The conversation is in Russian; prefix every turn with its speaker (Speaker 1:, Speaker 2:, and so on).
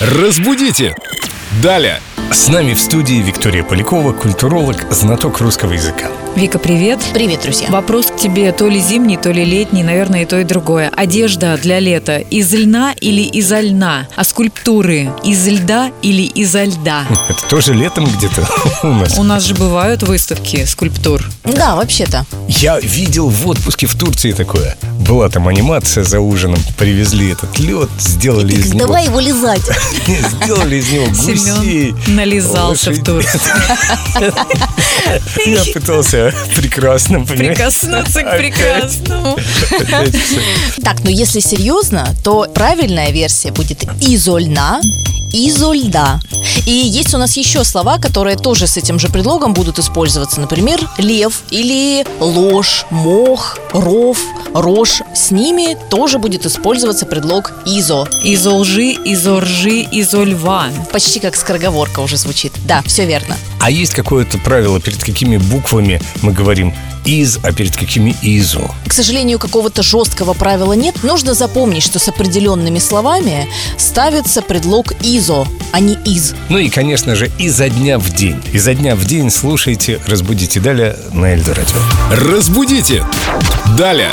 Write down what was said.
Speaker 1: Разбудите! Далее! С нами в студии Виктория Полякова, культуролог, знаток русского языка.
Speaker 2: Вика, привет.
Speaker 3: Привет, друзья.
Speaker 2: Вопрос к тебе то ли зимний, то ли летний, наверное, и то, и другое. Одежда для лета из льна или изо льна? А скульптуры из льда или изо льда?
Speaker 1: Это тоже летом где-то у нас.
Speaker 2: У нас же бывают выставки скульптур.
Speaker 3: Да, вообще-то.
Speaker 1: Я видел в отпуске в Турции такое. Была там анимация за ужином, привезли этот лед, сделали из него...
Speaker 3: Давай его лизать.
Speaker 1: Сделали из него гусей.
Speaker 2: Семен нализался в
Speaker 1: лошадей.
Speaker 2: Турции.
Speaker 1: Я пытался прекрасно, понимаешь?
Speaker 2: Прикоснуться к прекрасному.
Speaker 1: Опять всё.
Speaker 3: Так, ну если серьезно, то правильная версия будет изо льна, изо льда. И есть у нас еще слова, которые тоже с этим же предлогом будут использоваться. Например, лев или ложь, мох, ров, рожь. С ними тоже будет использоваться предлог изо.
Speaker 2: Изо лжи, изо ржи, изо льва.
Speaker 3: Почти как скороговорка уже звучит. Да, все верно.
Speaker 1: А есть какое-то правило, перед какими буквами мы говорим «из», а перед какими «изу»?
Speaker 3: К сожалению, какого-то жесткого правила нет. Нужно запомнить, что с определенными словами ставится предлог изо, а не из.
Speaker 1: Ну и, конечно же, изо дня в день. Изо дня в день слушайте «Разбудите Даля» на Эльдо Радио.
Speaker 4: Разбудите! Далее!